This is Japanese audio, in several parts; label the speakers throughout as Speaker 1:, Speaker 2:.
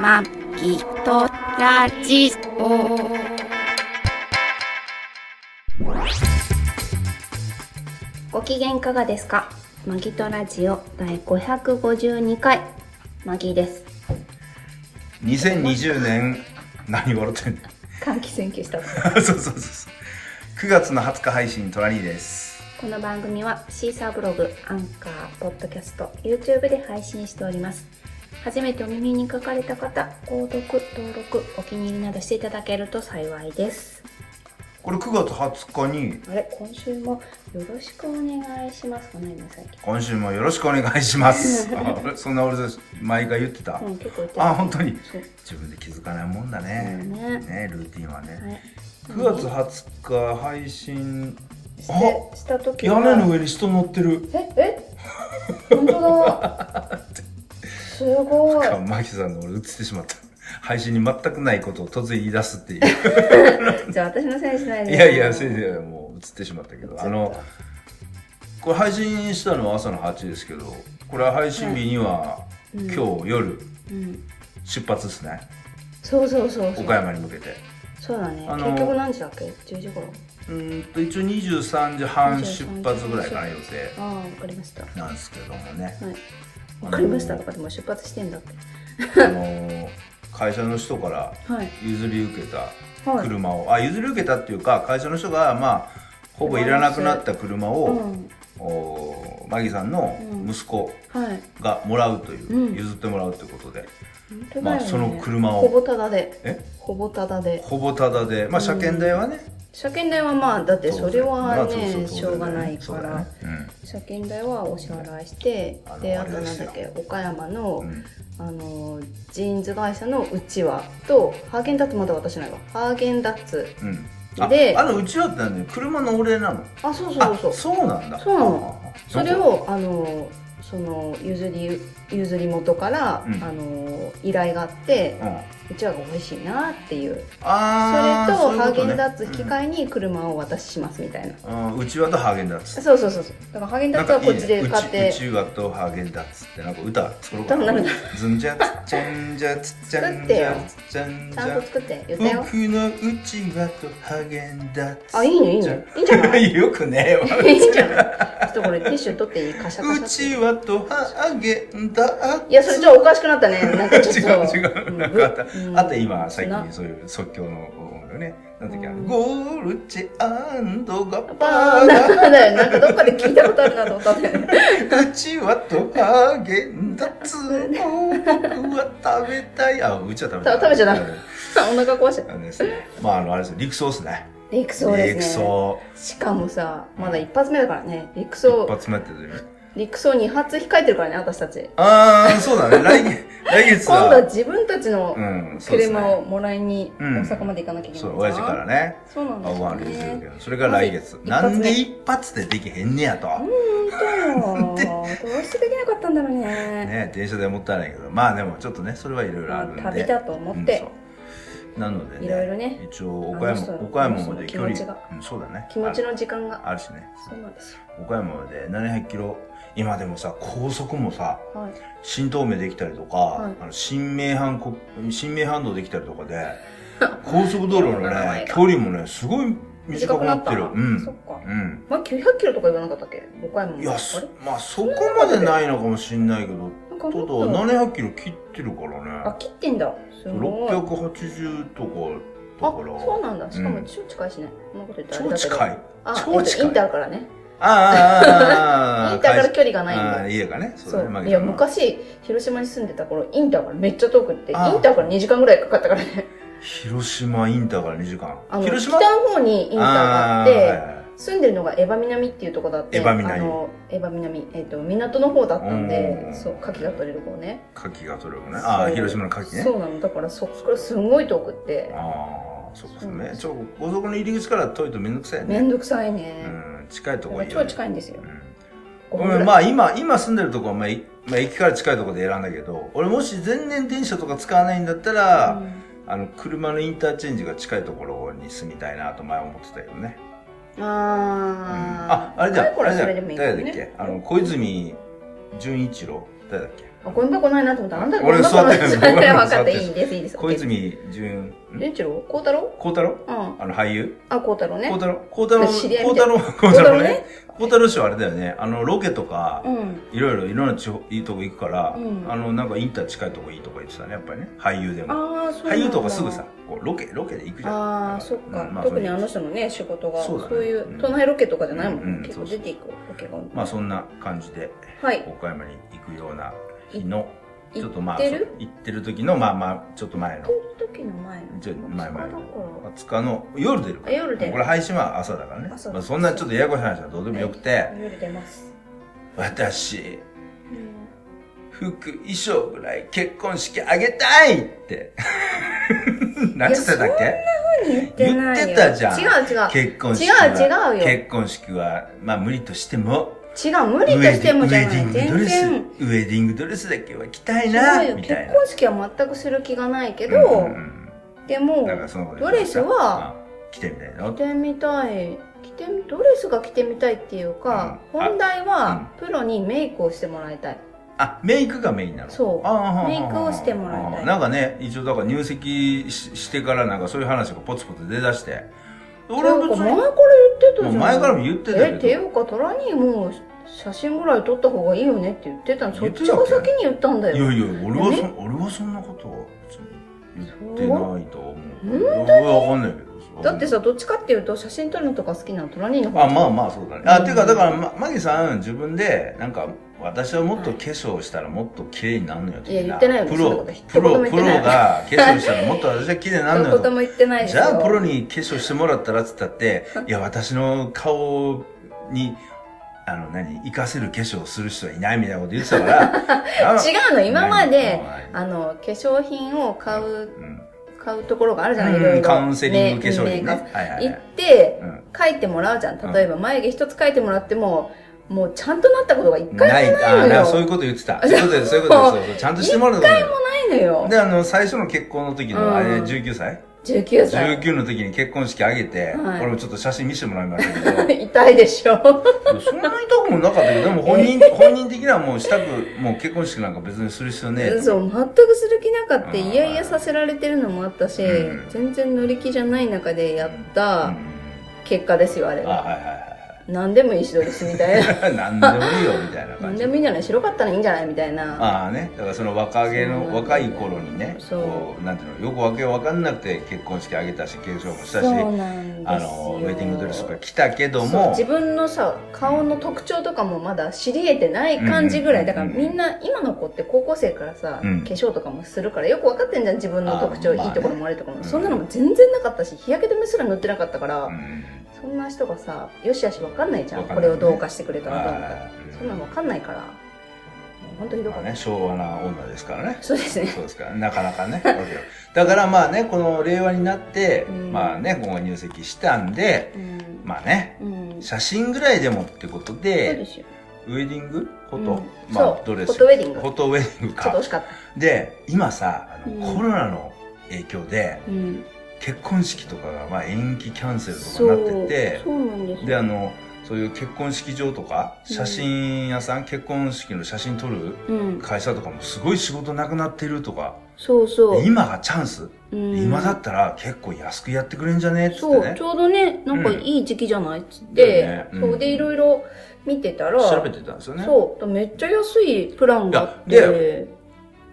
Speaker 1: まきとラジオ。ご機嫌いかがですかマギとラジオ第552回、マギです。
Speaker 2: 2020年何笑ってんの
Speaker 1: 換気選挙した。
Speaker 2: そうそうそうそう9月の20日配信トラニーです
Speaker 1: この番組はシーサーブログ、アンカー、ポッドキャスト、YouTube で配信しております。初めてお耳に書かれた方、購読、登録、お気に入りなどしていただけると幸いです。
Speaker 2: これ9月20日に
Speaker 1: あれ、今週もよろしくお願いします。ごめんなさい。
Speaker 2: 今週もよろしくお願いしますあ俺そんな俺毎回言ってた、
Speaker 1: うん、結構言って
Speaker 2: あ
Speaker 1: た。
Speaker 2: 本当に
Speaker 1: そう
Speaker 2: 自分で気づかないもんだ
Speaker 1: ね
Speaker 2: ねねルーティンはね
Speaker 1: はい。
Speaker 2: 9月20日配信
Speaker 1: してした時
Speaker 2: 屋
Speaker 1: は
Speaker 2: 根の上に人乗ってる
Speaker 1: ええ本当だす ごい
Speaker 2: マキさんの俺映ってしまった配信に全くないことを突然言い出す っていう
Speaker 1: じゃあ私のせいにしないで
Speaker 2: いやいや先生もう映ってしまったけどあのこれ配信したのは朝の8ですけどこれは配信日には
Speaker 1: うん
Speaker 2: 今日夜
Speaker 1: 日、うん、
Speaker 2: 出発ですね、
Speaker 1: そうそうそうそう
Speaker 2: 岡山に向けて
Speaker 1: そうだね
Speaker 2: あの
Speaker 1: 結局何時だっけ10時頃
Speaker 2: うーんと一応23時半出発ぐらいかな予定
Speaker 1: ああわかりました
Speaker 2: なんですけどもね
Speaker 1: はいわかりましたとかでも出発してんだって
Speaker 2: あの会社の人から
Speaker 1: はい
Speaker 2: 譲り受けた
Speaker 1: はい
Speaker 2: 車を、あ譲り受けたっていうか会社の人がまあほぼいらなくなった車
Speaker 1: う
Speaker 2: を、
Speaker 1: ん
Speaker 2: おマギさんの息子
Speaker 1: はい
Speaker 2: がもらうという、
Speaker 1: うん
Speaker 2: 譲ってもらうということで、
Speaker 1: 本当だよね
Speaker 2: まあその車
Speaker 1: ほ
Speaker 2: を
Speaker 1: ぼただで
Speaker 2: え
Speaker 1: ほぼただで
Speaker 2: ほぼタダでまあ車検代はね、
Speaker 1: 車検代はまあだってそれはね
Speaker 2: そう
Speaker 1: し
Speaker 2: そ
Speaker 1: ょ
Speaker 2: う
Speaker 1: うがないか
Speaker 2: そうだ
Speaker 1: ら
Speaker 2: ねうん
Speaker 1: 車検代はお支払いして
Speaker 2: あの
Speaker 1: であ
Speaker 2: あ
Speaker 1: と
Speaker 2: れ
Speaker 1: な
Speaker 2: で
Speaker 1: ん
Speaker 2: す
Speaker 1: だ
Speaker 2: よ
Speaker 1: っけ岡山の、
Speaker 2: うん
Speaker 1: あのジーンズ会社のうちわとハーゲンダッツまだ渡してないわハーゲンダッツ
Speaker 2: うんあ
Speaker 1: で
Speaker 2: あのうちわってなんだよ車のお礼なの
Speaker 1: あそうそうそう
Speaker 2: あそうなんだ
Speaker 1: そうなの
Speaker 2: あああ
Speaker 1: それをあのその譲り譲り元から、
Speaker 2: うん
Speaker 1: あの依頼があって
Speaker 2: うん
Speaker 1: うちわが欲しいなっていうそれと
Speaker 2: あーそういう
Speaker 1: ハー
Speaker 2: こと
Speaker 1: ゲ
Speaker 2: ね
Speaker 1: ンダッツ引き換えに車をお渡ししますみたいな、
Speaker 2: うんうちわとハーゲンダッツ
Speaker 1: そうそうそうそうだからハーゲンダッツはこっちで買っ
Speaker 2: なんかいいね
Speaker 1: て
Speaker 2: うちうちわとハーゲンダッツってなんか歌作ろうか
Speaker 1: 歌になる
Speaker 2: ずんじゃつちゃんじゃつちゃん
Speaker 1: 作って
Speaker 2: じ
Speaker 1: よ
Speaker 2: ゃつちゃん
Speaker 1: ち
Speaker 2: じ
Speaker 1: ゃん
Speaker 2: ゃ
Speaker 1: と作って言ったよ
Speaker 2: 僕のうちわとハーゲンダッツ
Speaker 1: あいいねいいねいいんじゃ ない
Speaker 2: よくねえわ
Speaker 1: いいんじゃないちょっとこれティッシュ取っていいカシャカシャ
Speaker 2: う ちわとハーゲンダッツ
Speaker 1: いや、それちょっとおかしくなったね。なんかちょっと。
Speaker 2: 違う違う、
Speaker 1: ん
Speaker 2: なんかあった、
Speaker 1: うん
Speaker 2: あと今最
Speaker 1: な
Speaker 2: 近そういう即興のよねなんだっけ、
Speaker 1: うん
Speaker 2: ゴールチアンドガパ
Speaker 1: バー
Speaker 2: ー
Speaker 1: ナーだよ。なんかどっかで聞いたことあるなと思ったんだよ ね。
Speaker 2: ダうちわとハーゲンダッツを僕は食べたいあうちは食べたい
Speaker 1: 食べちゃダメお腹壊しちゃっ
Speaker 2: あのですねまああのあれですよ陸送ですね
Speaker 1: た。陸送で
Speaker 2: 陸
Speaker 1: すね。
Speaker 2: 送
Speaker 1: しかもさ、まだ一発目だからね。陸
Speaker 2: 一
Speaker 1: 送、
Speaker 2: 発目ってどういう
Speaker 1: 陸送2発控えてるからね、私たち。
Speaker 2: ああそうだね来月来月
Speaker 1: 今度は
Speaker 2: は
Speaker 1: 自分たちの
Speaker 2: うんそうです
Speaker 1: 車
Speaker 2: ね
Speaker 1: をもらいに
Speaker 2: うん
Speaker 1: 大阪まで行かなきゃいけない
Speaker 2: そう親父から
Speaker 1: ね。
Speaker 2: ね
Speaker 1: そうなん
Speaker 2: あ
Speaker 1: です
Speaker 2: ご
Speaker 1: よ
Speaker 2: 飯譲るけ
Speaker 1: ね。
Speaker 2: どそれが来月
Speaker 1: まず一発
Speaker 2: な
Speaker 1: 目
Speaker 2: んで一発でできへんねやと、
Speaker 1: 本当 よ。どうしてできなかったんだろうね。
Speaker 2: ね、電車ではもったいないけどまあでもちょっとねそれはいろいろあるんで
Speaker 1: 旅だと思って
Speaker 2: うんそうなのでね
Speaker 1: いろいろね
Speaker 2: 一応
Speaker 1: あの
Speaker 2: 岡山
Speaker 1: 人
Speaker 2: 岡山まで距
Speaker 1: あの人の
Speaker 2: 離
Speaker 1: 気持ちが
Speaker 2: うん、そうだね
Speaker 1: 気持ち
Speaker 2: あ
Speaker 1: の時間が。
Speaker 2: あるしね
Speaker 1: そうなんですよ。
Speaker 2: 岡山まで700キロ今でもさ高速もさ
Speaker 1: はい。
Speaker 2: 新東名できたりとか、
Speaker 1: はい
Speaker 2: あの新名阪こ新名阪道できたりとか で高速道路の
Speaker 1: 名前
Speaker 2: ね
Speaker 1: が
Speaker 2: 距離もねすごい短くなってる
Speaker 1: 短
Speaker 2: う
Speaker 1: くなったそっか。
Speaker 2: んうん
Speaker 1: ま900キロとか言わなかったっけ岡山まで
Speaker 2: いや、
Speaker 1: あ
Speaker 2: そ
Speaker 1: れ
Speaker 2: まあそこまでないのかもしんないけど、
Speaker 1: なんか
Speaker 2: ただ
Speaker 1: もっと
Speaker 2: 700キロ切ってるか
Speaker 1: あ
Speaker 2: らね。
Speaker 1: 切ってんだすごいあ
Speaker 2: 680とかだ
Speaker 1: そ
Speaker 2: か
Speaker 1: うなんだしかも
Speaker 2: うん
Speaker 1: 超近いしね、こんなこと言った
Speaker 2: ら、
Speaker 1: らあれだ
Speaker 2: 超
Speaker 1: けど
Speaker 2: 近い。
Speaker 1: あ
Speaker 2: 超近い
Speaker 1: インターからね
Speaker 2: あ
Speaker 1: イ
Speaker 2: あああああああ
Speaker 1: ンターから距離がないん
Speaker 2: あ
Speaker 1: で
Speaker 2: あ家がね、
Speaker 1: そ
Speaker 2: そううだね、
Speaker 1: いや昔広島に住んでた頃インターからめっちゃ遠くってインタ
Speaker 2: ああ
Speaker 1: ーから2時間ぐらいかかったからね
Speaker 2: 広島インターから2時間。
Speaker 1: あの
Speaker 2: 広島
Speaker 1: 北の方にインターがあっ
Speaker 2: あ
Speaker 1: て
Speaker 2: あはいはい
Speaker 1: 住んでるのが江波南っていうとこだって
Speaker 2: 江波南
Speaker 1: あの江波南、えっと港の方だったんで
Speaker 2: うん
Speaker 1: そう牡蠣が取れる方ね
Speaker 2: 牡蠣が取れるね。ああ、
Speaker 1: そう
Speaker 2: 広島の牡蠣ね。
Speaker 1: そうなのだからそこからすごい遠くって
Speaker 2: ああ、そうです
Speaker 1: そうなんで
Speaker 2: ね。
Speaker 1: す
Speaker 2: ちょ、高速の入り口から遠いとめんどくさいよ
Speaker 1: め
Speaker 2: ね。
Speaker 1: んどくさいね、
Speaker 2: うん、近い
Speaker 1: だ
Speaker 2: と
Speaker 1: か
Speaker 2: こ
Speaker 1: ら
Speaker 2: いいよ
Speaker 1: 超
Speaker 2: ね
Speaker 1: 近いんですよ
Speaker 2: う。ん
Speaker 1: ご
Speaker 2: ご
Speaker 1: めん
Speaker 2: め
Speaker 1: ぐら
Speaker 2: ん、
Speaker 1: い
Speaker 2: まあ今、今住んでるとこは、まあ、いまあ、駅から近いところで選んだけど、俺もし全然電車とか使わないんだったら、あの、車のインターチェンジが近いところに住みたいなと前思ってたけどね。
Speaker 1: うん
Speaker 2: うん
Speaker 1: あー
Speaker 2: あ、あれじゃん、
Speaker 1: こ
Speaker 2: あ
Speaker 1: れ
Speaker 2: れじ
Speaker 1: そ
Speaker 2: ゃん、
Speaker 1: れでもいいかも
Speaker 2: 誰だ
Speaker 1: ね
Speaker 2: っけあの、小泉純一郎。誰だっけ
Speaker 1: あこんな子ないなと思ったら、あんだ
Speaker 2: 俺 座ってる
Speaker 1: こんな子ない
Speaker 2: 俺も
Speaker 1: 分
Speaker 2: 座
Speaker 1: か
Speaker 2: っ
Speaker 1: ってた。
Speaker 2: る
Speaker 1: いいです、いいです。
Speaker 2: 小泉純ん
Speaker 1: 純一郎孝太郎
Speaker 2: 孝太郎
Speaker 1: うん。
Speaker 2: あの俳優
Speaker 1: あ、孝太郎ね
Speaker 2: 孝。太郎孝太郎
Speaker 1: 知り合い
Speaker 2: 孝
Speaker 1: みた
Speaker 2: 太
Speaker 1: い
Speaker 2: 郎孝
Speaker 1: 孝
Speaker 2: 太
Speaker 1: 太
Speaker 2: 郎
Speaker 1: 郎
Speaker 2: ね
Speaker 1: ね
Speaker 2: 孝太郎師匠あれだよねあのロケとか
Speaker 1: うん。
Speaker 2: いろいろいろんな地方いいとこ行くから、
Speaker 1: うん
Speaker 2: あのなんかインター近いとこいいとこ言ってたねやっぱりね俳優でも
Speaker 1: ああ、そうなんだ
Speaker 2: 俳優とかすぐさこうロケロケで行くじゃん
Speaker 1: あ
Speaker 2: なん
Speaker 1: あ、そっか、
Speaker 2: うんまあ
Speaker 1: 特に
Speaker 2: それ
Speaker 1: あの人のね、仕事が、そう
Speaker 2: そ
Speaker 1: う,、
Speaker 2: だね
Speaker 1: いうう、
Speaker 2: ん
Speaker 1: 都内ロケとかじゃないもん、
Speaker 2: うんうん
Speaker 1: 結
Speaker 2: そう
Speaker 1: 構
Speaker 2: そう
Speaker 1: 出ていくロケが多い。
Speaker 2: まあそんな感じで
Speaker 1: はい。
Speaker 2: 岡山に行くような日の
Speaker 1: い
Speaker 2: ちょっとまあ
Speaker 1: 行ってる
Speaker 2: 行ってる時のまあまあちょっと前の
Speaker 1: 行ってる時の前の。
Speaker 2: ちょ前前
Speaker 1: だか
Speaker 2: の
Speaker 1: ら
Speaker 2: 20日の夜出るから
Speaker 1: あ夜出る
Speaker 2: これ配信は朝だからね
Speaker 1: 朝
Speaker 2: まあ、そんなちょっとややこしい話はどうでもよくて、
Speaker 1: 夜出ます。
Speaker 2: 私
Speaker 1: うん
Speaker 2: 服衣装ぐらい結婚式あげたいって 何つってたっけ
Speaker 1: 言ってないよ。
Speaker 2: 言ってたじゃん
Speaker 1: 違う違う。
Speaker 2: 結婚式は
Speaker 1: 違う違うよ
Speaker 2: 結婚式はまあ無理としても
Speaker 1: 違う、無理としてもじゃない。
Speaker 2: ウ
Speaker 1: 全
Speaker 2: ェディングドレス
Speaker 1: 然。
Speaker 2: ウェディングドレスだけは着たい
Speaker 1: 違う
Speaker 2: な
Speaker 1: よ。
Speaker 2: み
Speaker 1: 結
Speaker 2: たいな
Speaker 1: 婚式は全くする気がないけど、
Speaker 2: うんうん
Speaker 1: で
Speaker 2: う
Speaker 1: も
Speaker 2: ん、だからそのこと
Speaker 1: ドレスは
Speaker 2: 着てみたいな
Speaker 1: 着てみたい。着てみ、ドレスが着てみたいっていうか、
Speaker 2: うんあ
Speaker 1: 本題は、プロにメイクをしてもらいたい。
Speaker 2: あメイクがメインなの
Speaker 1: そう
Speaker 2: ああ
Speaker 1: メイクをしてもらいたい
Speaker 2: あなんかね一応だから入籍ししてからなんかそういう話がポツポツ出だして俺は
Speaker 1: なん
Speaker 2: 別
Speaker 1: か
Speaker 2: に
Speaker 1: 前から
Speaker 2: も
Speaker 1: 言ってたじゃ。
Speaker 2: う
Speaker 1: え、
Speaker 2: ん前からも言ってた
Speaker 1: ってい
Speaker 2: けど
Speaker 1: うか、トラにもう写真ぐらい撮った方がいいよねって言ってたの。そ
Speaker 2: 言
Speaker 1: っ
Speaker 2: ってた
Speaker 1: ち
Speaker 2: っけ
Speaker 1: が先に言ったんだ
Speaker 2: いや
Speaker 1: よ。
Speaker 2: いや俺はそ
Speaker 1: え
Speaker 2: 俺はそんなことは別に言ってないと思う
Speaker 1: そう
Speaker 2: 俺は分かんないけどそう
Speaker 1: だってさ、どっちかっていうと、写真撮るのとか好きなのトラニーの方
Speaker 2: あまあまあそうだねあていうかだから、ま、マギさん自分でなんか私はもっと化粧したらもっと綺麗になるのよ
Speaker 1: いや言ってないよそ
Speaker 2: プ
Speaker 1: んなこ
Speaker 2: ロ
Speaker 1: と一言
Speaker 2: プ
Speaker 1: も
Speaker 2: ロ
Speaker 1: 言っ
Speaker 2: プ
Speaker 1: て
Speaker 2: ロ
Speaker 1: ない
Speaker 2: が化粧したらもっと私は綺麗にな
Speaker 1: そ
Speaker 2: る
Speaker 1: ん
Speaker 2: の
Speaker 1: な
Speaker 2: よ
Speaker 1: こととも言ってないです
Speaker 2: じ
Speaker 1: よ。
Speaker 2: ゃあプロに化粧してもらったらっつったって、いや、私の顔に、あの、何、活かせる化粧をする人はいないみたいなこと言ってた から、
Speaker 1: 違うの、今まで、
Speaker 2: あ
Speaker 1: あの、化粧品を買う、
Speaker 2: うん、
Speaker 1: 買うところがあるじゃない、いろ
Speaker 2: う
Speaker 1: い
Speaker 2: ん、
Speaker 1: ろ。
Speaker 2: カウンセリング化粧
Speaker 1: メ
Speaker 2: 品
Speaker 1: イメ
Speaker 2: ね。
Speaker 1: ーカ
Speaker 2: はいは
Speaker 1: ー
Speaker 2: い
Speaker 1: 行
Speaker 2: は
Speaker 1: っ
Speaker 2: い。
Speaker 1: て、
Speaker 2: うん
Speaker 1: 書いてもらうじゃん。例えば、眉毛一つ書いてもらっても、もうちゃんとなったことが一回も
Speaker 2: ない、あ
Speaker 1: のよ
Speaker 2: なんかそういうこと言ってた。そういうことです、そういうことですそうそう。ちゃんとしてもらったのよ。
Speaker 1: ないのよ。
Speaker 2: で、あの、最初の結婚の時
Speaker 1: うん
Speaker 2: の、あれ、19歳
Speaker 1: 19歳。
Speaker 2: ?19 の時に結婚式あげて、
Speaker 1: はい
Speaker 2: 俺もちょっと写真見せてもらいましたけど、
Speaker 1: 痛いでしょ。
Speaker 2: いやそんなに痛くもなかったけど、でも本人、本人的にはもうしたく、もう結婚式なんか別にする必要ねえと。
Speaker 1: そう、全くする気なかった。
Speaker 2: うん
Speaker 1: いやいやさせられてるのもあったし、
Speaker 2: うん
Speaker 1: 全然乗り気じゃない中でやっ
Speaker 2: うん
Speaker 1: た結果ですよ、あれ
Speaker 2: あ、は
Speaker 1: は。
Speaker 2: いは
Speaker 1: 何でもいいし、どですみた いな。
Speaker 2: いはい。なんでもいいよ、みたいな感
Speaker 1: 何
Speaker 2: じ。
Speaker 1: でもいいんじゃない白かったらいいんじゃないみたいな。
Speaker 2: ああね、だからその若気の、
Speaker 1: そうなんだ
Speaker 2: 若
Speaker 1: よ
Speaker 2: い頃にね、
Speaker 1: そう
Speaker 2: こう、なんていうの、よくわけわかんなくて結婚式あげたし、継承もしたし、
Speaker 1: そうなんですよ
Speaker 2: あの、ウェディングドレスとか来たけど
Speaker 1: そう
Speaker 2: も
Speaker 1: 自、分のさ顔の特徴とかもまだ知り得てない感じぐらい、
Speaker 2: うん
Speaker 1: だからみんな今の子って高校生からさ、
Speaker 2: うん
Speaker 1: 化粧とかもするからよく分かってんじゃん自分の特徴、
Speaker 2: あーまあ
Speaker 1: い
Speaker 2: ね
Speaker 1: いところも悪いところも、
Speaker 2: うん
Speaker 1: そんなのも全然なかったし日焼け止めすら塗ってなかったから、
Speaker 2: うん
Speaker 1: そんな人がさよしあし分かんないじゃん
Speaker 2: わかん
Speaker 1: こ
Speaker 2: ない
Speaker 1: れ
Speaker 2: ね
Speaker 1: をどうかしてくれたらどうか
Speaker 2: あー
Speaker 1: そんなの分かんないから本当ひど
Speaker 2: ま
Speaker 1: か
Speaker 2: あ
Speaker 1: った、
Speaker 2: ね、昭和な女ですからね。
Speaker 1: そうですね
Speaker 2: そうですか、なかなかね。わけよだからまあね、この令和になって、
Speaker 1: うん
Speaker 2: まあね、ここ入籍したんで、
Speaker 1: うん、
Speaker 2: まあね、
Speaker 1: うん、そう
Speaker 2: 写真ぐらいでもってことで
Speaker 1: で、すよ、
Speaker 2: ウェディングフ
Speaker 1: うん
Speaker 2: ォト、ま
Speaker 1: そ
Speaker 2: あ
Speaker 1: う
Speaker 2: ドレ
Speaker 1: フォ
Speaker 2: ス、フ
Speaker 1: トウェディングちょ
Speaker 2: ォトウェディング
Speaker 1: っと惜
Speaker 2: か。
Speaker 1: しかった、
Speaker 2: で、今さ、あの
Speaker 1: うん
Speaker 2: コロナの影響で、
Speaker 1: うん、
Speaker 2: 結婚式とかがまあ延期キャンセルと
Speaker 1: そ
Speaker 2: か
Speaker 1: う
Speaker 2: になって
Speaker 1: そうなんです
Speaker 2: て、
Speaker 1: よ
Speaker 2: で、あの、そういう結婚式場とか、
Speaker 1: うん
Speaker 2: 写真屋さん、結婚式の写真撮る
Speaker 1: うん、
Speaker 2: 会社とかもすごい仕事なくなってるとか、
Speaker 1: そうそう。
Speaker 2: 今がチャンス
Speaker 1: うん
Speaker 2: 今だったら結構安くやってくれんじゃねっつって
Speaker 1: そう、
Speaker 2: ね
Speaker 1: ちょうどね、なんかいい時期じゃないっつって、
Speaker 2: だよねうん
Speaker 1: そうでいろいろ見てたら、
Speaker 2: 調べてたんですよね
Speaker 1: そう、めっちゃ安いプランがあっ
Speaker 2: いや
Speaker 1: て、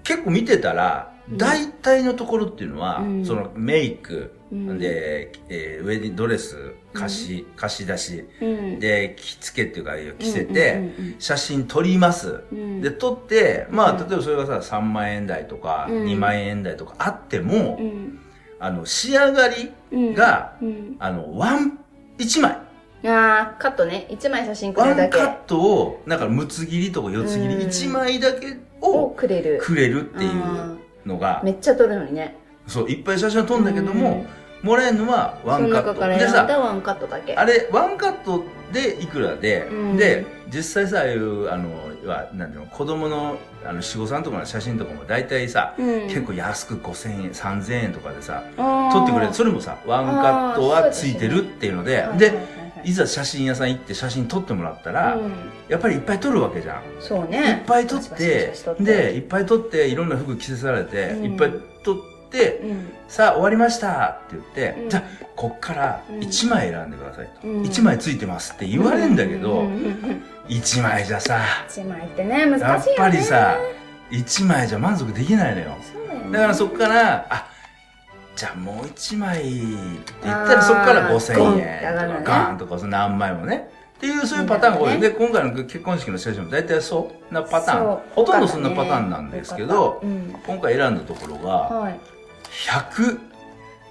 Speaker 2: 結構見てたら
Speaker 1: うん
Speaker 2: 大体のところっていうのは、
Speaker 1: うん
Speaker 2: そのメイク
Speaker 1: うん、
Speaker 2: で、えーウェディングドレス貸し、貸し出し
Speaker 1: うん、
Speaker 2: で着付けっていうか着せ
Speaker 1: うん
Speaker 2: て写真撮ります
Speaker 1: うんうんうん、
Speaker 2: で撮ってまあ
Speaker 1: うん
Speaker 2: 例えばそれがさ3万円台とか
Speaker 1: うん
Speaker 2: 2万円台とかあっても、
Speaker 1: うん
Speaker 2: あの仕上がり
Speaker 1: うん、
Speaker 2: が、
Speaker 1: うん、
Speaker 2: あのワン1枚
Speaker 1: あーカットね、一枚写真く
Speaker 2: ワ
Speaker 1: れる
Speaker 2: ンカ
Speaker 1: だけ
Speaker 2: ットをなんか6つ切りとか4つ切り
Speaker 1: うん
Speaker 2: 1枚だけ
Speaker 1: を
Speaker 2: を
Speaker 1: くれる。
Speaker 2: くれるってい
Speaker 1: あ
Speaker 2: うのが
Speaker 1: ーめっちゃ撮るのにね。
Speaker 2: そういっぱい写真を撮るんだけども、もらえるのは
Speaker 1: うん、
Speaker 2: ワンカッ
Speaker 1: その中から
Speaker 2: トで
Speaker 1: 選ん
Speaker 2: さ
Speaker 1: だワンカットだけ。
Speaker 2: あれワンカットでいくらで、
Speaker 1: うん
Speaker 2: で実際さああいうあのはなんていうの子供のあの七五三とかの写真とかも大体さ、
Speaker 1: うん、
Speaker 2: 結構安く5000円3000円とかでさ
Speaker 1: 構
Speaker 2: 撮ってくれるそれもさワンカットはついてるっていうので、
Speaker 1: はいはい
Speaker 2: で
Speaker 1: はいはいはい
Speaker 2: いざ写真屋さん行って写真撮ってもらったら、
Speaker 1: うん、
Speaker 2: やっぱりいっぱい撮るわけじゃん。
Speaker 1: そうね
Speaker 2: いっぱい撮っ
Speaker 1: バシ
Speaker 2: て
Speaker 1: バシバシバシ撮って
Speaker 2: でいっぱい撮っていろんな服着せされて、
Speaker 1: うん
Speaker 2: いっぱい撮って
Speaker 1: うん
Speaker 2: さあ終わりましたって言って、
Speaker 1: うん
Speaker 2: じゃあこっから
Speaker 1: うん
Speaker 2: 1枚選んでくださいと、
Speaker 1: うん
Speaker 2: 1枚ついてますって言われるんだけど、
Speaker 1: うんうんうんうん
Speaker 2: 1枚じゃさ
Speaker 1: 一枚ってね難しいよね
Speaker 2: やっぱりさ1枚じゃ満足できないのよ
Speaker 1: そうだよね
Speaker 2: だからそっからあじゃあもう1枚って言ったらそっから
Speaker 1: あー
Speaker 2: 5000円
Speaker 1: ゴンって上がるの
Speaker 2: とか
Speaker 1: ね
Speaker 2: ガーンとかその何枚もねっていうそういうパターンが多い、
Speaker 1: そうだ
Speaker 2: で今回の結婚式の写真も大体そんなパターン、
Speaker 1: そう
Speaker 2: ほとんどそんなパターンなんですけど、
Speaker 1: 多かったね
Speaker 2: 今回選んだところ
Speaker 1: うん、
Speaker 2: が
Speaker 1: はい
Speaker 2: 100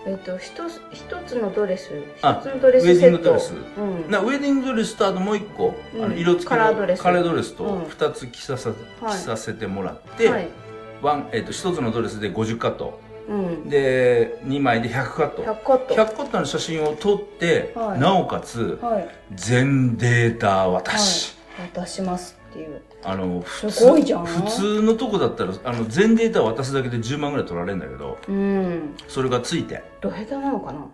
Speaker 1: えっ、と一つ一つのドレス
Speaker 2: あ
Speaker 1: 一つのドレ
Speaker 2: ウェデ
Speaker 1: ス
Speaker 2: ィ
Speaker 1: セ
Speaker 2: ン
Speaker 1: ッ
Speaker 2: グドレ
Speaker 1: ト
Speaker 2: ス
Speaker 1: うん
Speaker 2: なウェディングドレスとあともう一個、
Speaker 1: うん
Speaker 2: あの色付きの
Speaker 1: カラードレス
Speaker 2: カラードレス
Speaker 1: う
Speaker 2: と
Speaker 1: ん
Speaker 2: 2つ着ささ,、
Speaker 1: はい
Speaker 2: 着させてもらって、
Speaker 1: はい
Speaker 2: ワンえっと1つのドレスで50カット
Speaker 1: うん、
Speaker 2: で2枚で100カット
Speaker 1: 100カッ
Speaker 2: 100カットの写真を撮って、
Speaker 1: はい
Speaker 2: なおかつ
Speaker 1: トはい
Speaker 2: 全データ渡し、
Speaker 1: 渡しますっていう
Speaker 2: あの普
Speaker 1: すごいじゃん
Speaker 2: 普通のとこだったらあの全データ渡すだけで10万ぐらい取られるんだけど
Speaker 1: うん
Speaker 2: それがついて
Speaker 1: ど下手なのかな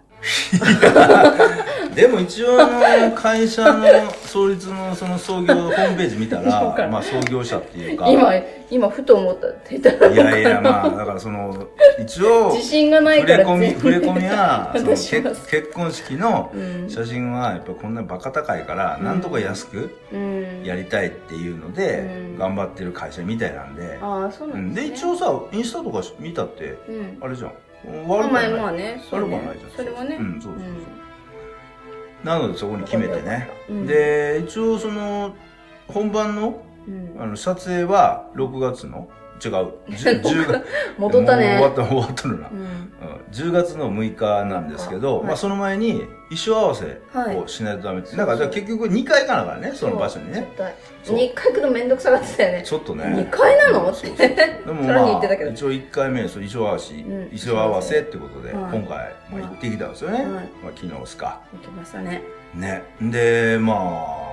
Speaker 2: でも一応あの会社の創立のその創業ホームページ見た、
Speaker 1: そうから
Speaker 2: まあ、創業者っていうか
Speaker 1: 今今ふと思った下手なの
Speaker 2: い
Speaker 1: か
Speaker 2: やいやまあだからその一応
Speaker 1: 自信がない
Speaker 2: 触
Speaker 1: か
Speaker 2: れ
Speaker 1: ら
Speaker 2: 込み
Speaker 1: 全
Speaker 2: 触れ込みは その
Speaker 1: 渡し
Speaker 2: け
Speaker 1: ます
Speaker 2: 結婚式の
Speaker 1: うん
Speaker 2: 写真はやっぱこんなバカ高いから
Speaker 1: うん
Speaker 2: なんとか安く
Speaker 1: うん
Speaker 2: やりたいっていうので、
Speaker 1: うん
Speaker 2: 頑張ってる会社みたいなんで、
Speaker 1: ああそう
Speaker 2: う
Speaker 1: なんんです、
Speaker 2: で
Speaker 1: ね、
Speaker 2: 一応さインスタとか見たって
Speaker 1: うん
Speaker 2: あれじゃん悪くは
Speaker 1: ま
Speaker 2: な
Speaker 1: あ
Speaker 2: い
Speaker 1: まあね
Speaker 2: 悪く
Speaker 1: ね
Speaker 2: はないじゃん
Speaker 1: それはね
Speaker 2: うんそう
Speaker 1: う
Speaker 2: そうそうんなのでそこに決めてね、
Speaker 1: うん
Speaker 2: で一応その本番の
Speaker 1: うん
Speaker 2: あの撮影は6月の違う 10, 月
Speaker 1: 戻ったね
Speaker 2: もう終わった終わったのな、
Speaker 1: うん
Speaker 2: うん10月の6日なんですけど、
Speaker 1: はい
Speaker 2: まあ、その前に衣装合わせをしないとダメって、だからじゃあ結局2回行かなからねその場所にね
Speaker 1: そう2回行くの面倒くさがってたよね
Speaker 2: ちょっとね
Speaker 1: 2回なのっ
Speaker 2: そうそう
Speaker 1: て
Speaker 2: で も
Speaker 1: さらに言
Speaker 2: ま
Speaker 1: ってたけ
Speaker 2: あ
Speaker 1: ど
Speaker 2: 一応1回目そう衣装合わせ、
Speaker 1: ん
Speaker 2: 衣装合わせってことで、
Speaker 1: はい
Speaker 2: 今回、まあ、行ってきたんですよね、
Speaker 1: はい
Speaker 2: まあ、昨日っすか
Speaker 1: 行きましたね
Speaker 2: ねでまあ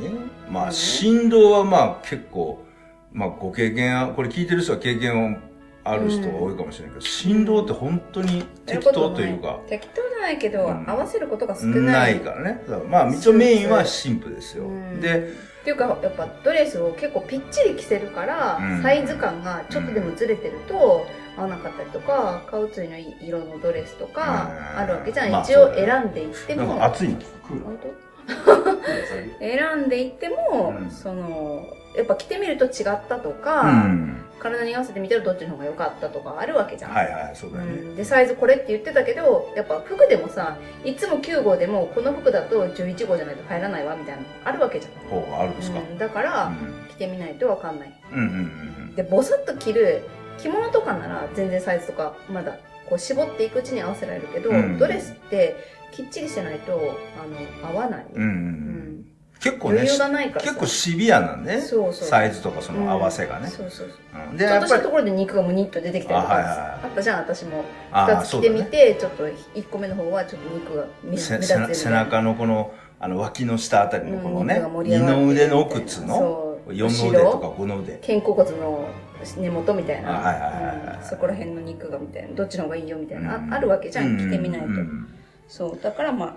Speaker 2: 何ま
Speaker 1: う
Speaker 2: あ
Speaker 1: ん
Speaker 2: 振動はまあ結構まあご経験はこれ聞いてる人は経験ある人が多いかもしれないけど、振動って本当に適当というか、
Speaker 1: 適当じゃないけど
Speaker 2: うん
Speaker 1: 合わせることが少
Speaker 2: な
Speaker 1: ないいっ
Speaker 2: からねだからまあ一応メインは神父ですよ、
Speaker 1: うん
Speaker 2: で
Speaker 1: ていうかやっぱドレスを結構ぴっちり着せるから
Speaker 2: うん
Speaker 1: サイズ感がちょっとでもずれてると合わなかったりとかカウツイの色のドレスとか
Speaker 2: うん
Speaker 1: あるわけじゃ
Speaker 2: ま
Speaker 1: ん
Speaker 2: あ
Speaker 1: 一応
Speaker 2: そうだね
Speaker 1: 選んでいって
Speaker 2: なん
Speaker 1: も
Speaker 2: か暑いのクーラー
Speaker 1: 本当
Speaker 2: クーラー下げる
Speaker 1: 選んでいっても、
Speaker 2: うん
Speaker 1: そのやっぱ着てみると違ったとか、
Speaker 2: うん
Speaker 1: 体に合わせてみたらどっちの方が良かったとかあるわけじゃん、
Speaker 2: はいはいそうだよね、
Speaker 1: うん、でサイズこれって言ってたけどやっぱ服でもさいつも9号でもこの服だと11号じゃないと入らないわみたいなのあるわけじゃ
Speaker 2: 方があるんです
Speaker 1: ん、
Speaker 2: か、
Speaker 1: うん、だか
Speaker 2: う
Speaker 1: ら、
Speaker 2: ん
Speaker 1: 着てみないと分かんない
Speaker 2: うんうんうん
Speaker 1: でボサッと着る着物とかなら全然サイズとかまだこう絞っていくうちに合わせられるけど、
Speaker 2: うん
Speaker 1: ドレスってきっちりしてないとあの合わない、
Speaker 2: うんうんうん
Speaker 1: う
Speaker 2: うん
Speaker 1: ん
Speaker 2: 結構ね
Speaker 1: 余裕がないからさ
Speaker 2: 結構シビアなんで、ね、
Speaker 1: そうそう
Speaker 2: サイズとかその合わせが
Speaker 1: うん
Speaker 2: ね、
Speaker 1: そうそうそう
Speaker 2: う
Speaker 1: ち
Speaker 2: んで
Speaker 1: ょっ
Speaker 2: や
Speaker 1: と
Speaker 2: っ
Speaker 1: し
Speaker 2: ぱ
Speaker 1: た
Speaker 2: り
Speaker 1: ところで肉がムニッと出てきたりとか
Speaker 2: あはいはいはい
Speaker 1: あったじゃん私も
Speaker 2: あ
Speaker 1: 2
Speaker 2: ー
Speaker 1: つ着てみ
Speaker 2: そうだね
Speaker 1: て、ちょっと1個目の方はちょっと肉が目目立
Speaker 2: せ
Speaker 1: つ
Speaker 2: 背
Speaker 1: よう
Speaker 2: 中
Speaker 1: に
Speaker 2: 背中のこのあの脇の下あたりのこのね、
Speaker 1: うん肉が盛り
Speaker 2: 二
Speaker 1: 上がってる
Speaker 2: の腕の奥っつうの
Speaker 1: そう
Speaker 2: 四の腕
Speaker 1: 後ろ
Speaker 2: とか五の腕
Speaker 1: 肩甲骨の根元みたい
Speaker 2: あはいはいはいはい
Speaker 1: なうんそこら辺の肉がみたいなどっちの方がいいよみたいな、あ
Speaker 2: うん
Speaker 1: あるわけじゃん着てみないと、
Speaker 2: うんうんうん
Speaker 1: そうだからまあ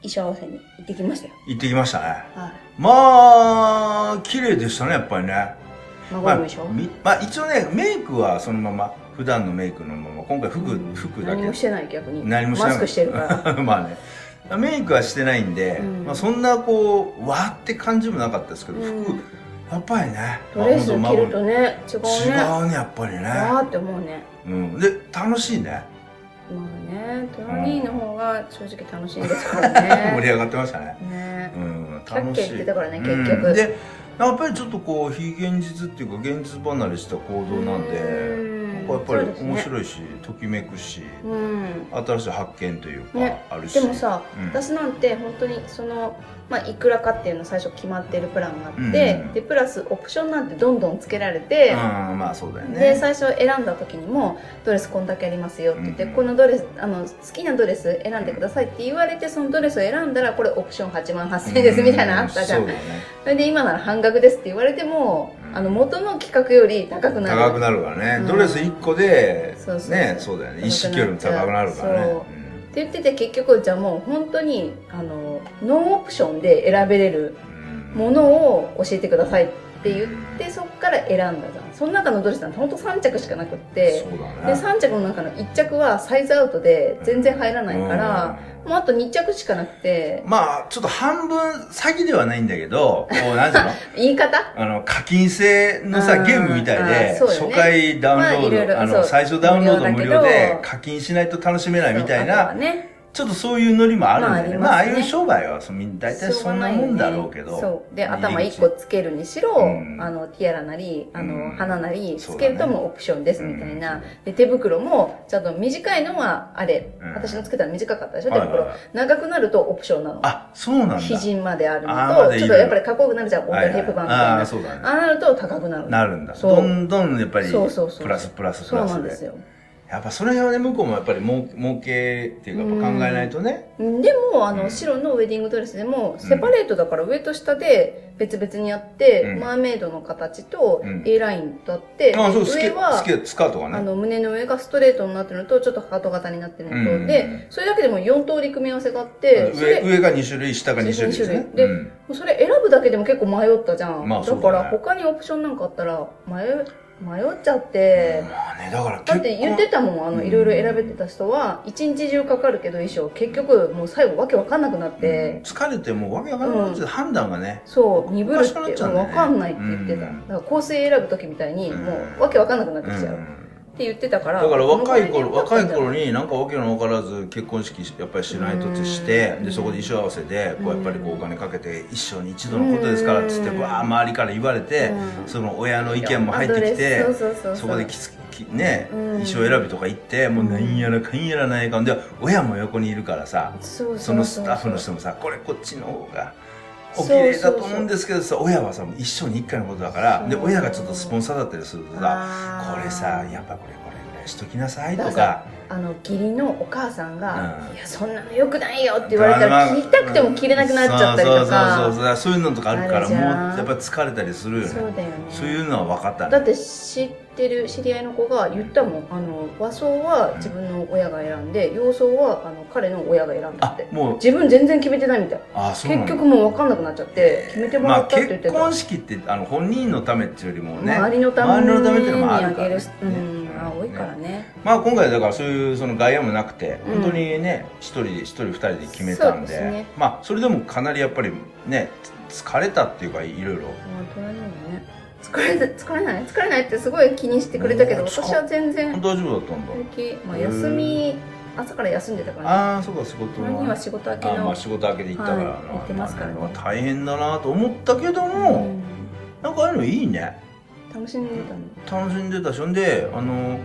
Speaker 1: 衣装合わせに行ってきましたよ
Speaker 2: 行ってきましたね
Speaker 1: はい
Speaker 2: まあ綺麗でしたねやっぱりね
Speaker 1: 孫
Speaker 2: ま
Speaker 1: の
Speaker 2: あ
Speaker 1: 衣装、
Speaker 2: みまあ、一応ねメイクはそのまま普段のメイクのまま今回服
Speaker 1: うん
Speaker 2: 服だけ
Speaker 1: 何もしてない逆に
Speaker 2: 何もしてない
Speaker 1: マスクしてるから
Speaker 2: まあねメイクはしてないんで、
Speaker 1: うん
Speaker 2: まあ、そんなこうわーって感じもなかったですけど、
Speaker 1: う
Speaker 2: 服
Speaker 1: ん
Speaker 2: やっぱりね
Speaker 1: ドレス
Speaker 2: まあ
Speaker 1: 着
Speaker 2: ほん
Speaker 1: る
Speaker 2: と
Speaker 1: とね違うね
Speaker 2: 孫違うねやっぱり
Speaker 1: わ
Speaker 2: ね、
Speaker 1: ーって思うね
Speaker 2: うん、で楽しいね
Speaker 1: まあねトラニーの方が正直楽しいですからね
Speaker 2: 盛り上がってましたね、
Speaker 1: ね
Speaker 2: うん、
Speaker 1: さっ
Speaker 2: 楽
Speaker 1: き
Speaker 2: しい
Speaker 1: 言ってたからね
Speaker 2: うん
Speaker 1: 結局
Speaker 2: でやっぱりちょっとこう非現実っていうか現実離れした行動なんで
Speaker 1: うん
Speaker 2: 僕はやっぱり面
Speaker 1: そう
Speaker 2: 白いし、ときめくし
Speaker 1: ですねうん
Speaker 2: 新しい発見というか、
Speaker 1: ね
Speaker 2: ある
Speaker 1: で
Speaker 2: し
Speaker 1: もさ
Speaker 2: うん
Speaker 1: 私なんて本当にそのまあいくらかっていうの最初決まってるプランがあって、
Speaker 2: うん
Speaker 1: でプラスオプションなんてどんどんつけられて、
Speaker 2: うんまあそうだよね
Speaker 1: で最初選んだ時にも「ドレスこんだけありますよ」って言って、
Speaker 2: うん
Speaker 1: このドレスあの好きなドレス選んでください」って言われてそのドレスを選んだらこれオプション8万8000円ですみたいなのあったじゃん、
Speaker 2: うそうだよね
Speaker 1: それで今なら半額ですって言われても、
Speaker 2: うん
Speaker 1: あの元の企画より高くなる
Speaker 2: 高くなるからね、
Speaker 1: うん
Speaker 2: ドレス1個で
Speaker 1: そうそうそう
Speaker 2: ねそうだよね一式よりも高くなるからね
Speaker 1: そうって言ってて結局じゃあもう本当にあのノンオプションで選べれる
Speaker 2: うん
Speaker 1: ものを教えてくださいって言ってそこから選んだじゃんその中のドレスなんて本当3着しかなくって
Speaker 2: そう
Speaker 1: で
Speaker 2: だね
Speaker 1: 3着の中の1着はサイズアウトで全然入らないから、もうあと2着しかなくて
Speaker 2: うんまあちょっと半分詐欺ではないんだけどこ うなんていうの
Speaker 1: 言い方
Speaker 2: あの課金制の
Speaker 1: あ
Speaker 2: さ
Speaker 1: ー
Speaker 2: ゲームみたい
Speaker 1: あー
Speaker 2: で、
Speaker 1: そうよね
Speaker 2: 初回ダウンロー
Speaker 1: ま
Speaker 2: ド、
Speaker 1: あいろいろ
Speaker 2: あ、
Speaker 1: そう
Speaker 2: の最初ダウンロード無
Speaker 1: 無料だけど
Speaker 2: 料で課金しないと楽しめないみたい
Speaker 1: そうあとは
Speaker 2: な
Speaker 1: ね
Speaker 2: ちょっとそういうノリもあるんだよね,、
Speaker 1: ま
Speaker 2: ま
Speaker 1: あ
Speaker 2: ああ
Speaker 1: あ
Speaker 2: あ
Speaker 1: りますね
Speaker 2: いう商売はその大体そんなもんだろうけど
Speaker 1: しょうがないよねそうで
Speaker 2: 入り口
Speaker 1: 頭1個つけるにしろ、
Speaker 2: うん
Speaker 1: あのティアラなりあの、
Speaker 2: うん
Speaker 1: 花なり
Speaker 2: そ
Speaker 1: つ
Speaker 2: うだね
Speaker 1: けるともうオプションですみたいな、
Speaker 2: うん
Speaker 1: で手袋もちょっと短いのはあれ、
Speaker 2: うん
Speaker 1: 私のつけたの短かったでしょ手
Speaker 2: はい
Speaker 1: 袋、
Speaker 2: はいはい
Speaker 1: 長くなるとオプションなの
Speaker 2: あそうなんだ
Speaker 1: 肘まであるの
Speaker 2: あーま
Speaker 1: と
Speaker 2: だい
Speaker 1: ち
Speaker 2: い
Speaker 1: ょっ
Speaker 2: の
Speaker 1: とやっぱりかっこよくなるじゃんオー
Speaker 2: はい
Speaker 1: ル
Speaker 2: はい
Speaker 1: ヘップバンドみたいな、
Speaker 2: ああそうだね
Speaker 1: ああなると高くなるの
Speaker 2: なるんだ
Speaker 1: そう
Speaker 2: どんどんやっぱり
Speaker 1: そうそうそう
Speaker 2: プラスプラスプ
Speaker 1: そう
Speaker 2: ラ
Speaker 1: な
Speaker 2: ス
Speaker 1: ん
Speaker 2: で
Speaker 1: ですよ
Speaker 2: やっぱその辺はね向こうもやっぱり儲儲けっていうかやっぱ考えないとね、
Speaker 1: でもあの、
Speaker 2: うん
Speaker 1: 白のウェディングドレスでもセパレートだから上と下で別々にやって、
Speaker 2: うん
Speaker 1: マーメイドの形と
Speaker 2: うん
Speaker 1: A ラインだって、
Speaker 2: あそうス
Speaker 1: 上
Speaker 2: ケ
Speaker 1: は
Speaker 2: スケスカートが
Speaker 1: あ
Speaker 2: ね
Speaker 1: の胸の上がストレートになってるのとちょっとハート型になってるのと、
Speaker 2: うん
Speaker 1: でそれだけでも4通り組み合わせがあってそ
Speaker 2: 上
Speaker 1: れ
Speaker 2: 上が2種類下が2種類です
Speaker 1: そうそ
Speaker 2: ね
Speaker 1: う二種類で
Speaker 2: うん
Speaker 1: それ選ぶだけでも結構迷ったじゃん、
Speaker 2: まあそう
Speaker 1: だ
Speaker 2: だ
Speaker 1: から
Speaker 2: ね
Speaker 1: 他にオプションなんかあったら迷迷っちゃって。
Speaker 2: まあねだから結
Speaker 1: だ
Speaker 2: 構
Speaker 1: って言ってたもん、あの、いろいろ選べてた人は、一日中かかるけど衣装、結局もう最後わけわかんなくなって、
Speaker 2: うん疲れてもうわけわかんない、
Speaker 1: うん
Speaker 2: 判断がね
Speaker 1: そう、鈍るって、
Speaker 2: おかしくなっちゃうんだよ
Speaker 1: わ
Speaker 2: ね
Speaker 1: かんないって言ってた。
Speaker 2: うん
Speaker 1: だから構成選ぶ時みたいに、
Speaker 2: うん
Speaker 1: もう、わけわかんなくなって
Speaker 2: う
Speaker 1: き
Speaker 2: ん
Speaker 1: ちゃう。って言ってたから。
Speaker 2: だから若い頃
Speaker 1: このぐら
Speaker 2: 若
Speaker 1: い
Speaker 2: い
Speaker 1: でよか
Speaker 2: 頃になんかわけの分からず結婚式やっぱりしないとつして
Speaker 1: うん
Speaker 2: でそこで衣装合わせでこうやっぱりこ
Speaker 1: う
Speaker 2: うお
Speaker 1: ん
Speaker 2: 金かけて一生に一度のことですからっつって
Speaker 1: うん
Speaker 2: わあ周りから言われ
Speaker 1: った
Speaker 2: て
Speaker 1: じゃん
Speaker 2: その親の意見も入ってきて
Speaker 1: アドレスそうそうそうう
Speaker 2: そこできつきね、
Speaker 1: うん
Speaker 2: 衣装選びとか行ってもうなんやらかんやらないかんで親も横にいるからさ
Speaker 1: そう
Speaker 2: そ
Speaker 1: そう
Speaker 2: の
Speaker 1: そ
Speaker 2: ス
Speaker 1: う
Speaker 2: タッフの人もさこれこっちの方が
Speaker 1: そ
Speaker 2: お
Speaker 1: う
Speaker 2: 綺麗だと思うんですけどさ親はさ一生に一回のことだからで
Speaker 1: そう
Speaker 2: 親がちょっとスポンサーだったりするとさ
Speaker 1: あー
Speaker 2: これさやっぱこれこれぐらいしときなさい
Speaker 1: だ
Speaker 2: と
Speaker 1: から
Speaker 2: か
Speaker 1: あの義理のお母さんが「
Speaker 2: うん
Speaker 1: いやそんなのよくないよ」って言われたら
Speaker 2: まあ
Speaker 1: 聞きたくても着れなくなっちゃったりと
Speaker 2: そうそう
Speaker 1: か
Speaker 2: そうそうそういうのとかあるか
Speaker 1: ある
Speaker 2: ら
Speaker 1: じ
Speaker 2: も
Speaker 1: ゃ
Speaker 2: うんやっぱ疲れたりするよ
Speaker 1: そう
Speaker 2: ね
Speaker 1: だよね
Speaker 2: そういうのは分かった
Speaker 1: だ
Speaker 2: ね
Speaker 1: って知ってる知り合いの子が言ったもんあの和装は自分の親が選んで洋装はあの彼の親が選んだっ
Speaker 2: あ
Speaker 1: て
Speaker 2: もう
Speaker 1: 自分全然決めてないみたい
Speaker 2: あそうなん
Speaker 1: 結
Speaker 2: だ
Speaker 1: 局もう分かんなくなっちゃって決めてもら
Speaker 2: まあ
Speaker 1: ったって言って
Speaker 2: 結
Speaker 1: た、
Speaker 2: 婚式ってあの本人のためっていうよりもね
Speaker 1: 周りのため
Speaker 2: 周りのためって
Speaker 1: に
Speaker 2: いうのもあるから
Speaker 1: げ
Speaker 2: ね
Speaker 1: るうんまあ多いから
Speaker 2: ね
Speaker 1: ね
Speaker 2: まあ今回だからそういうその外野もなくて
Speaker 1: うん
Speaker 2: 本当にね一人一人二人で決めたん
Speaker 1: そうで
Speaker 2: です
Speaker 1: ね
Speaker 2: まあそれでもかなりやっぱりね疲れたっていうかいろいろ
Speaker 1: 本当にね疲れて疲れない疲れないってすごい気にしてくれたけど
Speaker 2: うん
Speaker 1: 私は全然
Speaker 2: 大丈夫だったんだ
Speaker 1: 平気、まあ、休み朝から休んでたからね
Speaker 2: ああそうか仕事
Speaker 1: たまには仕事明け
Speaker 2: あー
Speaker 1: の
Speaker 2: まあ仕事明けで行ったからな、
Speaker 1: はい行ってますからね
Speaker 2: まあ大変だなと思ったけども、
Speaker 1: うん
Speaker 2: なんかああいうのいいね
Speaker 1: 楽しんでたの
Speaker 2: 楽しんでたしほんであの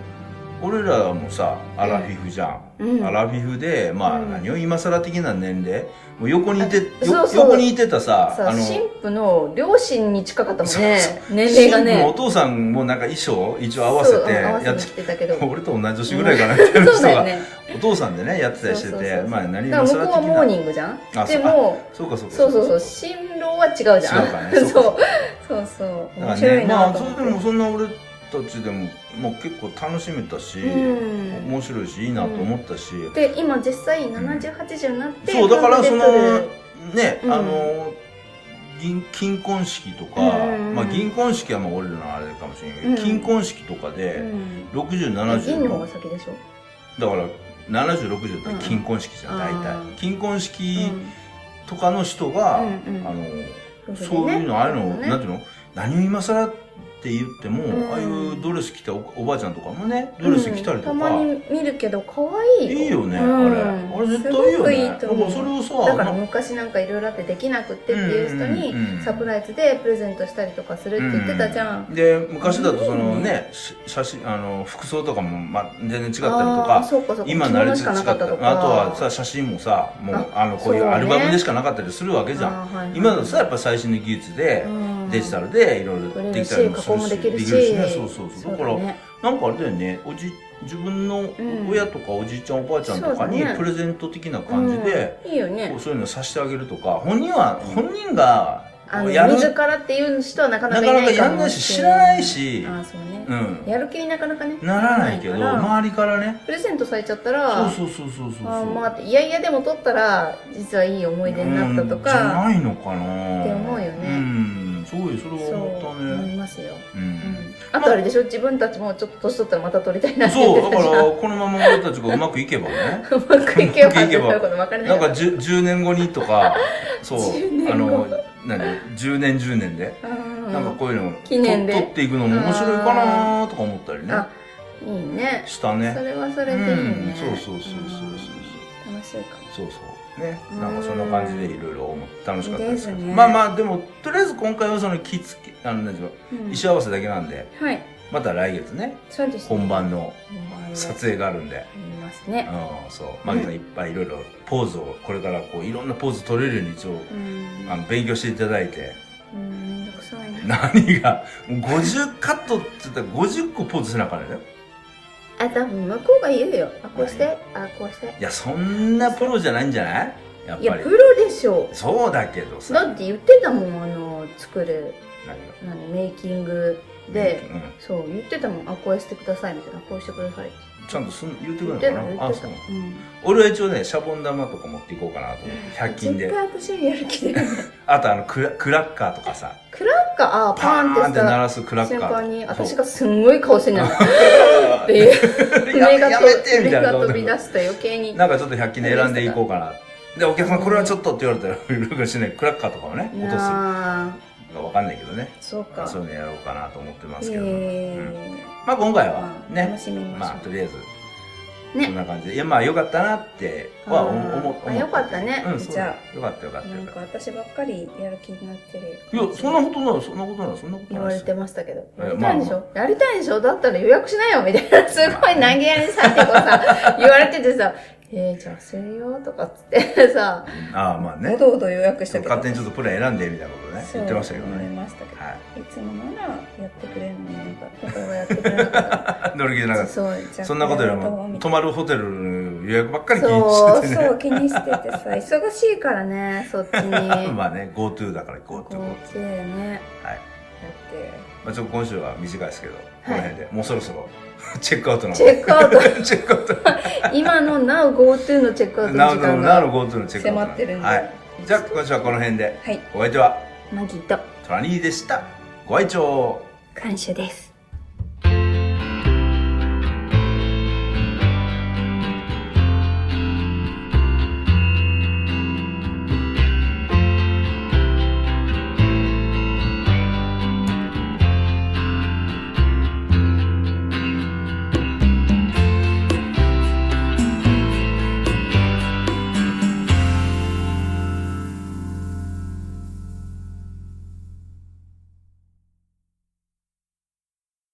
Speaker 2: 俺らもさアラフィフじゃん、
Speaker 1: うん
Speaker 2: アラフィフでまあ、
Speaker 1: うん
Speaker 2: 何を今更的な年齢もう横にいて
Speaker 1: あ
Speaker 2: よ
Speaker 1: そうそう
Speaker 2: 横にいてたさ
Speaker 1: さあ
Speaker 2: の
Speaker 1: 神父の両親に近かったもんね
Speaker 2: そう
Speaker 1: 年齢が
Speaker 2: 新婦のお
Speaker 1: ね
Speaker 2: 父さんもなんか衣装一応合わせて
Speaker 1: そう合わせ
Speaker 2: や
Speaker 1: に
Speaker 2: っ
Speaker 1: 来てたけど
Speaker 2: て俺と同じ年ぐらいかなみたいな
Speaker 1: そう
Speaker 2: 人
Speaker 1: だよ
Speaker 2: が、
Speaker 1: ね
Speaker 2: お父さんでねやってたりして
Speaker 1: そうそうそう
Speaker 2: て
Speaker 1: そう
Speaker 2: まあ何を
Speaker 1: だから向こう
Speaker 2: 今更的
Speaker 1: は
Speaker 2: な
Speaker 1: モーニングじゃん
Speaker 2: あ
Speaker 1: で
Speaker 2: そう
Speaker 1: も
Speaker 2: そうかそうか
Speaker 1: そうそうそう進路は違うじゃん
Speaker 2: 違うからね
Speaker 1: そ
Speaker 2: そうう
Speaker 1: そうそう
Speaker 2: だか
Speaker 1: 面
Speaker 2: ら
Speaker 1: 白
Speaker 2: ね、
Speaker 1: い
Speaker 2: ま
Speaker 1: な
Speaker 2: あ
Speaker 1: と
Speaker 2: そ
Speaker 1: 思っ
Speaker 2: れ
Speaker 1: て、
Speaker 2: でもそんな俺たちでも、まあ、結構楽しめたし、
Speaker 1: うん
Speaker 2: 面白いしいいなと思ったし、
Speaker 1: で今実際7080になって
Speaker 2: そうだからその
Speaker 1: ハンドレッドで
Speaker 2: ね、
Speaker 1: うん
Speaker 2: あの銀金婚式とか、
Speaker 1: うんうんうん
Speaker 2: まあ、銀婚式はまあ俺らのあれかもしれないけど、
Speaker 1: うん
Speaker 2: 金婚式とかで
Speaker 1: うん銀の方が
Speaker 2: 6070
Speaker 1: 先でしょ
Speaker 2: だから7060って金婚式じゃん、
Speaker 1: うん
Speaker 2: 大
Speaker 1: あー
Speaker 2: 体金婚式
Speaker 1: うん
Speaker 2: とかの人が、
Speaker 1: うんうん
Speaker 2: あの
Speaker 1: ね
Speaker 2: そういうのああいうの、
Speaker 1: ね
Speaker 2: なんていうの何を今更って言っても、
Speaker 1: うん
Speaker 2: ああいうドレス着たおおばあちゃんとかもねドレス着たりとか、
Speaker 1: うんたまに見るけど可愛い
Speaker 2: いいよね、
Speaker 1: うん
Speaker 2: あれあれ絶対
Speaker 1: す
Speaker 2: いい
Speaker 1: ご
Speaker 2: よ
Speaker 1: く
Speaker 2: ね
Speaker 1: いい
Speaker 2: だか
Speaker 1: と思
Speaker 2: ら
Speaker 1: う
Speaker 2: それをさ
Speaker 1: だから
Speaker 2: なんか
Speaker 1: 昔なんかいろいろあってできなくってっていう人に
Speaker 2: うんうんうんうん
Speaker 1: サプライズでプレゼントしたりとかするって言ってたじゃん、
Speaker 2: で昔だとその
Speaker 1: うん
Speaker 2: ね、し写真あの服装とかも、ま、全然違ったりと
Speaker 1: あー
Speaker 2: か
Speaker 1: そうかそうか
Speaker 2: 今
Speaker 1: 着物
Speaker 2: 慣れつ
Speaker 1: し
Speaker 2: つ
Speaker 1: か
Speaker 2: あ
Speaker 1: な
Speaker 2: と
Speaker 1: かったとか
Speaker 2: はさ写真もさもう
Speaker 1: あ
Speaker 2: あのこういう
Speaker 1: そうね
Speaker 2: アルバムでしかなかったりするわけじゃん、
Speaker 1: あーはいはい
Speaker 2: 今だとさやっぱ最新の技術で、
Speaker 1: うん
Speaker 2: デジタルでいろい
Speaker 1: 撮
Speaker 2: ろ
Speaker 1: れ
Speaker 2: で
Speaker 1: る
Speaker 2: きたり
Speaker 1: し
Speaker 2: も
Speaker 1: 加
Speaker 2: す
Speaker 1: 工
Speaker 2: る
Speaker 1: もで
Speaker 2: し
Speaker 1: きるし
Speaker 2: ねそうそうそうだから
Speaker 1: だね
Speaker 2: なんかあれだよねおじ自分の
Speaker 1: ん
Speaker 2: 親とかおじいちゃんおばあちゃんと
Speaker 1: そ
Speaker 2: か
Speaker 1: うだ
Speaker 2: に
Speaker 1: ね
Speaker 2: プレゼント的な感じで、
Speaker 1: うんいいよ
Speaker 2: こ
Speaker 1: ね
Speaker 2: うそういうのさしてあげるとか本人は本人が
Speaker 1: あの
Speaker 2: やる
Speaker 1: 自らっていう人はなかな
Speaker 2: な
Speaker 1: かい
Speaker 2: かな
Speaker 1: な
Speaker 2: か
Speaker 1: い
Speaker 2: や
Speaker 1: か
Speaker 2: ん
Speaker 1: も
Speaker 2: ないし
Speaker 1: し
Speaker 2: 知
Speaker 1: れ
Speaker 2: ら
Speaker 1: な
Speaker 2: ないいし
Speaker 1: ああそうね、
Speaker 2: うん
Speaker 1: やる気になかなかね
Speaker 2: ならないけど
Speaker 1: ならないから
Speaker 2: 周りからね
Speaker 1: プレゼントされちゃったら
Speaker 2: そうそうそうそうそう
Speaker 1: ああまあっていやいやでも取ったら実はいい思い出になったと
Speaker 2: うんじゃ
Speaker 1: か、
Speaker 2: ないのかな
Speaker 1: って思うよね
Speaker 2: うんすごいそれ
Speaker 1: そう
Speaker 2: は思った
Speaker 1: 思い
Speaker 2: ね
Speaker 1: ますよ、
Speaker 2: う
Speaker 1: うんん、あとあれでしょ自分たちもちょっと年取ったらまた取りたいなって言
Speaker 2: そ
Speaker 1: っ
Speaker 2: う
Speaker 1: てた
Speaker 2: だか
Speaker 1: じ
Speaker 2: ら
Speaker 1: ゃん
Speaker 2: このまま俺たちがうまくいけば ね
Speaker 1: うまくいけばって
Speaker 2: うまくいけば
Speaker 1: こと分からな
Speaker 2: ないんか 10, 10年後にとかそう
Speaker 1: 10年後
Speaker 2: あの何10年10年で、なんかこういうの
Speaker 1: 記念で
Speaker 2: と取っていくのも面白いかなーとか思ったりね
Speaker 1: あいいね
Speaker 2: した
Speaker 1: そ
Speaker 2: ね
Speaker 1: れはそれでいいね、
Speaker 2: うん、そうそうそうそうそう
Speaker 1: うん楽しいかも
Speaker 2: そうそうそうねなんかそんな感じでいろいろ思って楽しかったですけど
Speaker 1: ですね
Speaker 2: まあまあでもとりあえず今回はその着付けあの何でしょう
Speaker 1: うん
Speaker 2: 衣装合わせだけなんで
Speaker 1: はい
Speaker 2: また来月ね
Speaker 1: そうです、ね、
Speaker 2: 本番の
Speaker 1: 本番の
Speaker 2: 撮影があるんで
Speaker 1: ありますね
Speaker 2: うんそうマギさんいっぱいいろいろポーズをこれからこういろんなポーズ取れるように一応
Speaker 1: うん
Speaker 2: あの勉強していただいて
Speaker 1: うんめんどくさいな
Speaker 2: 何が50カットって言ったら50個ポーズせなあかんねんよ
Speaker 1: あ多分向こうが言うよあこうしてあこうして
Speaker 2: いやそんなプロじゃないんじゃないやっ
Speaker 1: いや
Speaker 2: ぱり
Speaker 1: プロでしょ
Speaker 2: そうだけどさ
Speaker 1: だって言ってたもんあの作る
Speaker 2: 何が
Speaker 1: 何メイキングで、
Speaker 2: うん、
Speaker 1: そう言ってたもんあこうしてくださいみたいなこうしてくださいって
Speaker 2: ちゃんとすん言ってく
Speaker 1: 言
Speaker 2: れ
Speaker 1: って
Speaker 2: る
Speaker 1: た
Speaker 2: のか
Speaker 1: 言
Speaker 2: な
Speaker 1: っ
Speaker 2: あ
Speaker 1: て
Speaker 2: そ
Speaker 1: た
Speaker 2: う
Speaker 1: うん
Speaker 2: 俺は一応ねシャボン玉とか持っていこうかなと思って100均
Speaker 1: 絶
Speaker 2: で
Speaker 1: 対私よりやる気で
Speaker 2: あとあのクラクラッカーとかさ
Speaker 1: クラッカーあ
Speaker 2: パ
Speaker 1: パーンっ
Speaker 2: ーンってて鳴
Speaker 1: さ
Speaker 2: らすクラッ
Speaker 1: 瞬
Speaker 2: カー
Speaker 1: 間に私
Speaker 2: が
Speaker 1: がすんごい顔してんのって いう
Speaker 2: や
Speaker 1: 目が
Speaker 2: や
Speaker 1: と
Speaker 2: めてみ
Speaker 1: 目
Speaker 2: たいな
Speaker 1: が飛び出して余計に
Speaker 2: なんかちょっと100均で選んでいこうかなでお客さんこれはちょっとって言われたらルールしないクラッカーとかをね落とす
Speaker 1: なあ
Speaker 2: かわかんないけどね
Speaker 1: そうか
Speaker 2: そういうのやろうかなと思ってますけど、
Speaker 1: え
Speaker 2: まあ今回
Speaker 1: え
Speaker 2: は
Speaker 1: まあ楽
Speaker 2: ね
Speaker 1: しみましょう
Speaker 2: まあとりあえず
Speaker 1: ね
Speaker 2: こんな感じでいやまあよかったなっては思
Speaker 1: あー
Speaker 2: 思思
Speaker 1: あよかったね
Speaker 2: うんそう
Speaker 1: じゃ
Speaker 2: よかったよかった
Speaker 1: な
Speaker 2: よ
Speaker 1: ん
Speaker 2: かっ
Speaker 1: か私ばっかりやる気になってる
Speaker 2: たいやそんなことないそんなことないそんなこと
Speaker 1: 言
Speaker 2: ない
Speaker 1: わ
Speaker 2: で
Speaker 1: れ
Speaker 2: す
Speaker 1: てましたけど
Speaker 2: え
Speaker 1: やりたいんでしょ、やりたいんでしょだったら予約しなよみたいなすごい投げやりさってこうさ言われててさ「えー、じゃあするよ」とかっつってさ
Speaker 2: ああまあ
Speaker 1: お
Speaker 2: ね
Speaker 1: どおど予約したけど
Speaker 2: 勝手にちょっとプラン選んでみたいなことね
Speaker 1: そう
Speaker 2: 言ってましたけど
Speaker 1: 言われ
Speaker 2: ね
Speaker 1: ましたけど
Speaker 2: はい
Speaker 1: つもならやってくれるのになんかここがやってくれなかった
Speaker 2: い 乗り気じゃなかった
Speaker 1: そうじゃあ
Speaker 2: そんなことよ
Speaker 1: やろ
Speaker 2: り
Speaker 1: うと思う
Speaker 2: も
Speaker 1: みたい
Speaker 2: 泊まるホテルの予約ばっかり気
Speaker 1: な
Speaker 2: に
Speaker 1: そう
Speaker 2: してて
Speaker 1: そ
Speaker 2: ね
Speaker 1: う気にしててさ忙しいからねそっちに
Speaker 2: まあね GoTo だから GoTo
Speaker 1: こっちでね
Speaker 2: はい
Speaker 1: だっ
Speaker 2: まあちょっと今週は短いですけどこの辺でもうそろそろ チェックアウトの
Speaker 1: てチェックアウト
Speaker 2: チェックアウ ト
Speaker 1: 今のなお GoTo のチェックアウトの
Speaker 2: な
Speaker 1: 時
Speaker 2: おな
Speaker 1: 間
Speaker 2: おな
Speaker 1: が
Speaker 2: お GoTo のチェックアウト
Speaker 1: 迫
Speaker 2: な
Speaker 1: ってるんで、
Speaker 2: はい、じゃあ今週はこの辺で
Speaker 1: はい
Speaker 2: お相手は
Speaker 1: マギと
Speaker 2: トラニーでしたご愛聴
Speaker 1: 感謝です